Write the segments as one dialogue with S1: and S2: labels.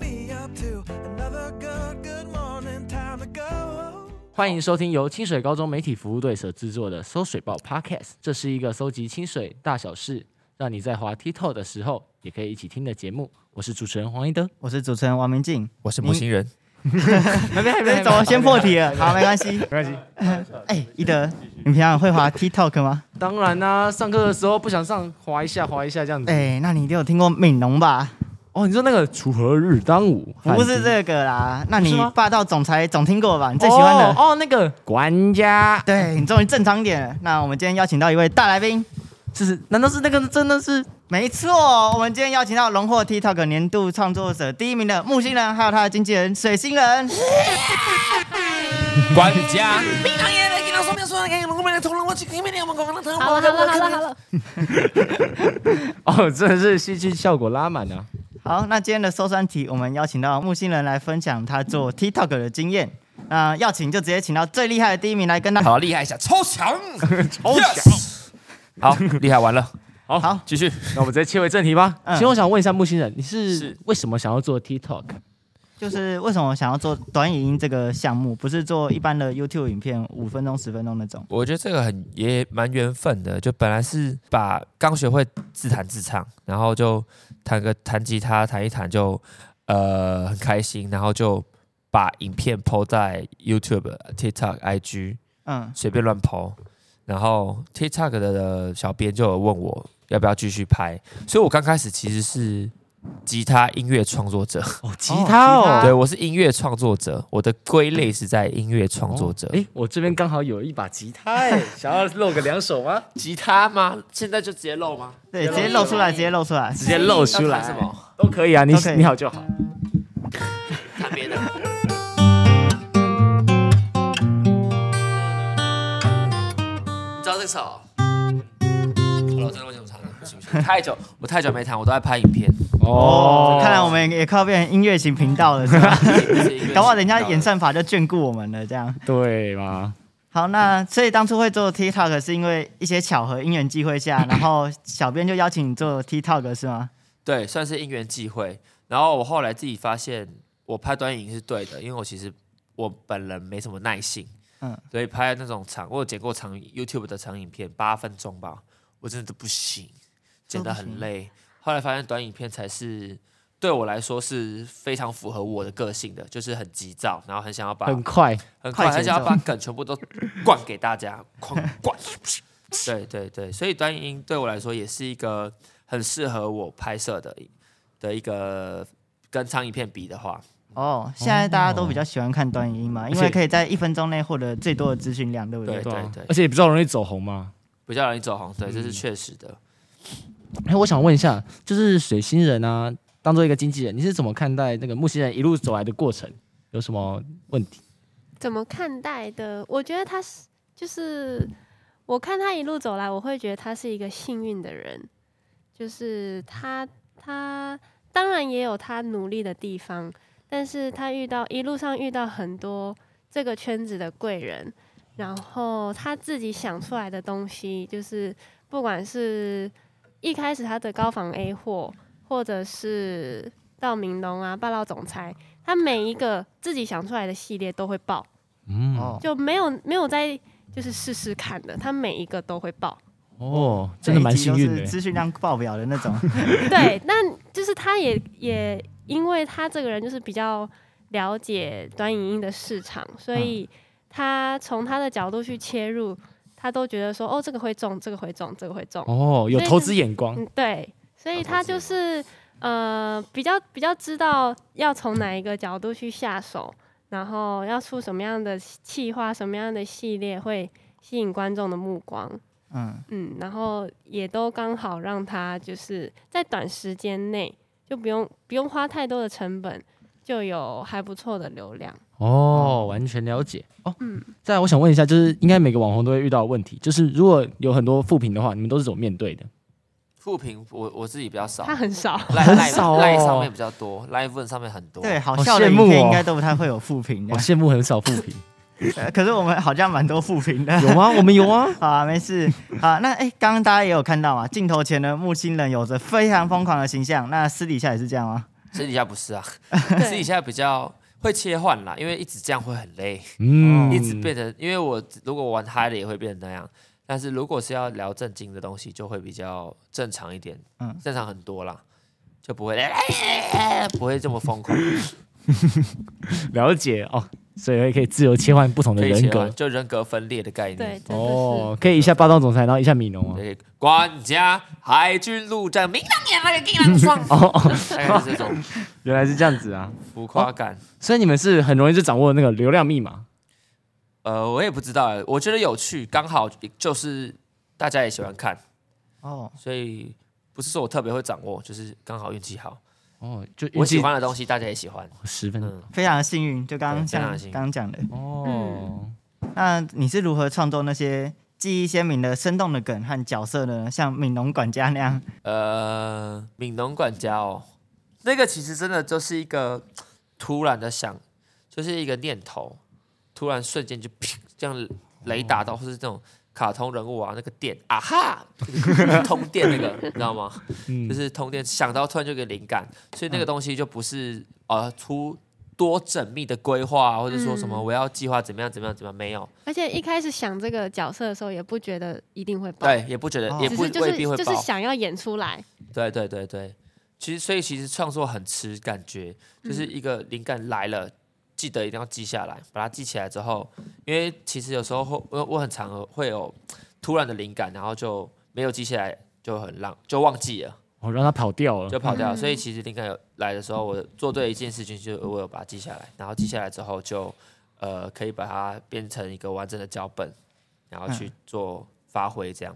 S1: to another good, good morning, time to go.
S2: 欢迎收听由清水高中媒体服务队所制作的《搜水报》Podcast，这是一个搜集清水大小事，让你在滑 TikTok 的时候也可以一起听的节目。我是主持人黄一德，
S3: 我是主持人王明静。
S4: 我是魔
S3: 你
S4: 星人，
S2: 没没
S3: 这怎么先破题了？好，没关系，没关系。哎，一德，你平常会滑 TikTok 吗？
S2: 当然啦、上课的时候不想上，滑一下滑一下这样子。
S3: 哎，那你一定有听过悯农吧？
S2: 哦，你说那个锄禾日当午，哦
S3: 不是这个啦，那你
S2: 是吗
S3: 霸道总裁总听过吧？你最喜欢的。
S2: 哦哦，那个管家
S3: 对你终于正常点了。那我们今天邀请到一位大来宾，
S2: 是难道是那个真的是
S3: 没错，我们今天邀请到荣获 TikTok 年度创作者第一名的木星人，还有他的经纪人水星人。
S4: 管家，
S5: 啊
S1: 啊
S5: 好了好了啊好了好了，
S2: 哦，真的是戏剧效果拉满啊！
S3: 好，那今天的搜山题，我们邀请到木星人来分享 他做 TikTok 的经验。那要请就直接请到最厉害的第一名来跟他。
S4: 啊好厉害一下，超强， 超强，好厉害完了，
S2: 好
S3: 好
S4: 继续。
S2: 那我们直接切回正题吧。
S3: 嗯
S2: 其实我想问一下木星人，你是
S4: 是
S2: 为什么想要做 TikTok？
S3: 就是为什么想要做短影音这个项目，不是做一般的 YouTube 影片五分钟、十分钟那种？
S4: 我觉得这个很也蛮缘分的，就本来是把刚学会自弹自唱，然后就弹个弹吉他弹一弹就呃很开心，然后就把影片 PO 在 YouTube、TikTok、IG
S3: 嗯，
S4: 随便乱 PO，然后 TikTok 的的小编就有问我要不要继续拍，所以我刚开始其实是吉他音乐创作者。
S2: 哦，吉他哦，
S4: 对，我是音乐创作者，我的归类是在音乐创作者。
S2: 哎、我这边刚好有一把吉他、哎，想要露个两手吗？
S4: 吉他吗？现在就直接露吗？
S3: 对，直接露出来，直接露出来。
S2: 直接露出来， 都可以啊，你
S3: 都可以
S2: 你好就好。
S4: 弹别的。你知道这个首？好了，我哦真的为什么唱了？不行不行，太久，我太久没弹，我都在拍影 片。
S3: 哦，看来我们也快要变成音乐型频道了，是吧？搞不好人家演
S4: 上
S3: 算法就眷顾我们了，这样。
S2: 对嘛，
S3: 好，那所以当初会做 TikTok 是因为一些巧合、因缘际 会下，然后小编就邀请你做 TikTok 是吗？
S4: 对，算是因缘际会。然后我后来自己发现，我拍短影是对的，因为我其实我本人没什么耐性，
S3: 嗯
S4: 嗯，所以拍那种长，我有剪过长 YouTube 的长影片，八分钟吧，我真的不行，剪得很累。后来发现短影片才是对我来说是非常符合我的个性的，就是很急躁，然后很想要把
S2: 很快，
S4: 很
S3: 快
S4: 快，
S3: 节
S4: 很想要
S3: 奏
S4: 把梗全部都灌给大家，狂灌。对对对，所以短影音对我来说也是一个很适合我拍摄的的一个，跟长影片比的话，
S3: 哦，现在大家都比较喜欢看短影音嘛，因为
S2: 而且
S3: 可以在一分钟内获得最多的资讯量，对不对？
S4: 哦对
S2: 啊
S4: 对
S2: 而且也比较容易走红嘛。
S4: 比较容易走红。对，这是确实的。
S2: 哎、我想问一下，就是水星人啊，当做一个经纪人，你是怎么看待那个木星人一路走来的过程？有什么问题？
S5: 怎么看待的？我觉得他是就是我看他一路走来，我会觉得他是一个幸运的人，就是他他当然也有他努力的地方，但是他遇到一路上遇到很多这个圈子的贵人，然后他自己想出来的东西，就是不管是一开始他的高仿 A 货，或者是到明龙啊、霸道总裁，他每一个自己想出来的系列都会爆，
S2: 嗯，
S3: 哦，
S5: 就没有没有在就是试试看的，他每一个都会爆。
S2: 哦，真的蛮幸运
S3: 每一
S2: 的
S3: 集
S2: 欸。
S3: 都是资讯量爆表的那 种。
S5: 对，那就是他也也因为他这个人就是比较了解短影音的市场，所以他从他的角度去切入，他都觉得说哦，这个会中，这个会中，这个会中。
S2: 哦，有投资眼光，
S5: 嗯，对，所以
S4: 要投
S5: 他
S4: 资
S5: 就
S4: 吗
S5: 是呃比较比较知道要从哪一个角度去下手，然后要出什么样的企划、什么样的系列会吸引观众的目光，
S3: 嗯，
S5: 嗯，然后也都刚好让他就是在短时间内就不用不用花太多的成本，就有还不错的流量。
S2: 哦，完全了解。哦，
S5: 嗯
S2: 再来我想问一下，就是应该每个网红都会遇到的问题，就是如果有很多负评的话，你们都是怎么面对的？
S4: 复评我我自己比较少，
S5: 他很 少，
S4: 赖
S2: 很
S4: 赖
S2: 少哦
S4: 赖上面比较多，赖问上面很多。
S3: 对，，好
S2: 好
S3: 笑的
S2: 羡
S3: 影
S2: 慕
S3: 片
S2: 哦
S3: 应该都不太会有负评的
S2: 我、羡慕很少负评，
S3: 呃 可是我们好像蛮多负 评的。
S2: 有吗？我们有啊。
S3: 好啊，没事。好，那哎，刚刚大家也有看到嘛，镜头前的木星人有着非常疯狂的形象，那私底下也是这样吗？
S4: 私底下不是啊，私底
S5: 对，
S4: 下比较会切换啦，因为一直这样会很累，
S2: 嗯，
S4: 一直变成，因为我如果玩嗨了也会变成那样，但是如果是要聊正经的东西，就会比较正常一点，
S3: 嗯
S4: 正常很多啦，就不会不会这么疯狂，
S2: 嗯了解哦，所以可以自由切换不同的
S4: 可以
S2: 人
S4: 切
S2: 格
S4: 换，就人格分裂的概
S5: 对，
S4: 念。
S5: 真的
S2: 哦，可以一下霸道总裁，然后一下米农啊。
S4: 对，管家海军陆战，明朗眼那个金 狼爽，
S2: 哦哦，
S4: 大概是这 种
S2: 原来是这样子啊，
S4: 浮夸感。
S2: 所以你们是很容易就掌握那个流量密码。
S4: 呃，我也不知道欸，我觉得有趣，刚好就是大家也喜欢看，
S3: 哦，
S4: 所以不是说我特别会掌握，就是刚好运气好，
S2: 哦，就
S4: 我喜欢的东西大家也喜欢。
S2: 十分
S4: 嗯，
S3: 非常的幸运，就刚刚
S4: 对非常
S3: 像
S4: 的幸运
S3: 刚刚讲的。
S2: 哦，
S3: 那你是如何创作那些记忆鲜明的、生动的梗和角色的呢？像悯农管家那样，
S4: 呃，悯农管家哦，那个其实真的就是一个突然的想，就是一个念头，突然瞬间就砰这样雷打到，或是这种卡通人物啊，那个电啊哈， 通电那个，你知道吗？
S2: 嗯
S4: 就是通电想到突然就有个灵感，所以那个东西就不是呃出多缜密的规划啊，或者说什么
S5: 嗯
S4: 我要计划怎么样怎么样怎么样，没有，
S5: 而且一开始想这个角色的时候，也不觉得一定会爆，
S4: 对，也不觉得
S3: 哦
S4: 也
S5: 只
S4: 不
S5: 是就
S4: 未必会
S5: 是就是
S4: 爆。
S5: 想要演出来，
S4: 对对对对，其实所以其实创作很吃感觉，就是
S3: 嗯
S4: 一个灵感来了，记得一定要记下来，把它记起来之后，因为其实有时候会我我很常会有突然的灵感，然后就没有记下来，就很浪就忘记了，
S2: 我让他跑掉了
S4: 就。跑掉了。
S5: 嗯
S4: 所以其实灵感有来的时候，我做对一件事情，就我有把它记下来，然后记下来之后就呃可以把它变成一个完整的脚本，然
S3: 嗯
S4: 后去做发挥这样。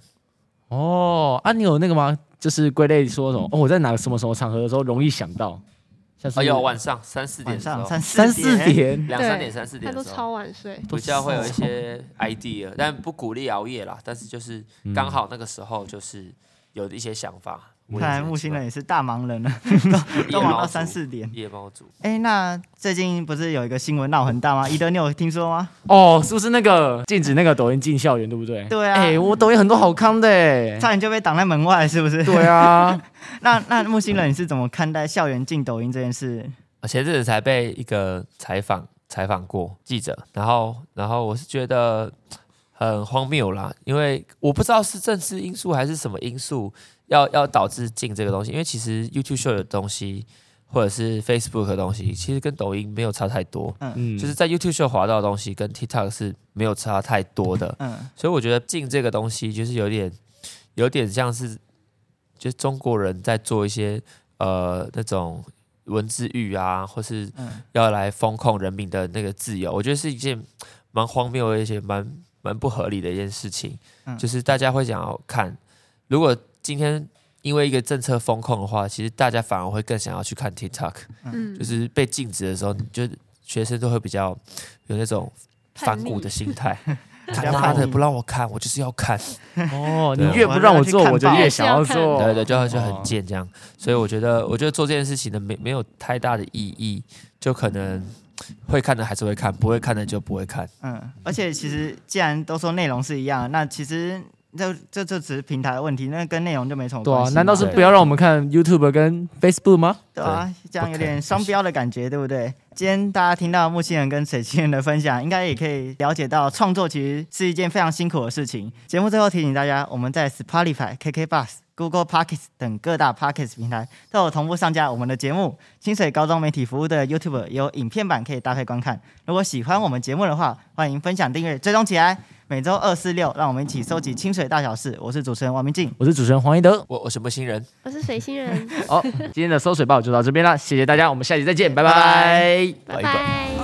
S2: 哦，啊，你有那个吗？就是归类说什么？哦，我在哪个什么什么场合的时候容易想到，像是
S4: 嗯哎呦，晚上三四点嗯
S3: 晚
S4: 的时候
S3: 上。三
S2: 三四
S3: 点，
S2: 点，
S4: 两三点、
S5: 对
S4: 三四
S5: 他
S4: 点
S5: 都
S4: 的时候，
S5: 超晚睡。
S2: 都
S4: 比较会有一
S2: 是
S4: 些 idea，但不鼓励熬夜啦。但是就是刚好那个时时候，就是有一些想法。我也
S3: 看来
S4: 是
S3: 木星人
S4: 喜
S3: 也是大 忙人了，
S4: 欢夜
S3: 都忙
S4: 猫
S3: 到
S4: 族
S3: 三四点。
S4: 夜猫族，
S3: 哎，那最近不是有一个新闻闹很大吗？伊德，你有听说吗？
S2: 哦，是不是那个禁止那个抖音进校园，对不对？
S3: 对啊
S2: 哎，我抖音很多好康的哎。
S3: 差点就被挡在门外，是 不是？
S2: 对啊，
S3: 那那木星人，你是怎么看待校园禁抖音这件事？
S4: 我前阵子才被一个采访采访过记者，然后然后我是觉得很荒谬啦，因为我不知道是政治因素还是什么因素要要导致禁这个东西，因为其实 YouTube Show 的东西或者是 Facebook 的东西，其实跟抖音没有差太多。
S2: 嗯，
S4: 就是在 YouTube 上滑到的东西跟 TikTok 是没有差太多的，
S3: 嗯，
S4: 所以我觉得进这个东西就是有点有点像是就是中国人在做一些呃那种文字狱啊，或是
S3: 嗯
S4: 要来风控人民的那个自由，我觉得是一件蛮荒谬的一些蛮蛮不合理的一件事情，
S3: 嗯
S4: 就是大家会想要看，如果今天。因为一个政策风控的话，其实大家反而会更想要去看 TikTok，
S5: 嗯，
S4: 就是被禁止的时候，你就学生都会比较有那种反骨的心态。他
S3: 较
S4: 妈
S3: 叛
S4: 的
S3: 逆
S4: 不让我看，我就是要看。
S2: 哦，你
S4: 对啊
S2: 越不让我做，
S3: 我还
S2: 我就越想要做。
S4: 对对，就会就
S2: 哦
S4: 很贱这样。所以我觉得，
S3: 哦
S4: 我觉得做这件事情的没没有太大的意义，就可能会看的还是会看，不会看的就不会看。
S3: 嗯，而且其实既然都说内容是一样的，那其实这这这只是平台的问题，那跟内容就没什么
S2: 对
S3: 关
S2: 啊，
S3: 系嘛。
S2: 难道是
S4: 对
S2: 不要让我们看 YouTube 跟 Facebook 吗？
S3: 对啊？这样有
S4: 不可
S3: 点
S4: 能
S3: 双标的感觉，对不对？今天大家听到木星人跟水星人的分享，应该也可以了解到，创作其实是一件非常辛苦的事情。节目最后提醒大家，我们在 Spotify、KK Bus、Google p o c k e t 等各大 p o c k e t 平台都有同步上架我们的节目。清水高中媒体服务的 YouTube 有影片版可以搭配观看。如果喜欢我们节目的话，欢迎分享、订阅、追踪起来。每周二、四、六，让我们一起收集清水大小事。我是主持人王明静，
S2: 我是主持人黄一德。
S4: 我我什么新人？
S5: 我是水 星人，
S2: 好，今天的搜水报就到这边啦，谢谢大家，我们下期再见，拜拜
S3: 拜
S5: 拜
S4: 拜
S5: 拜。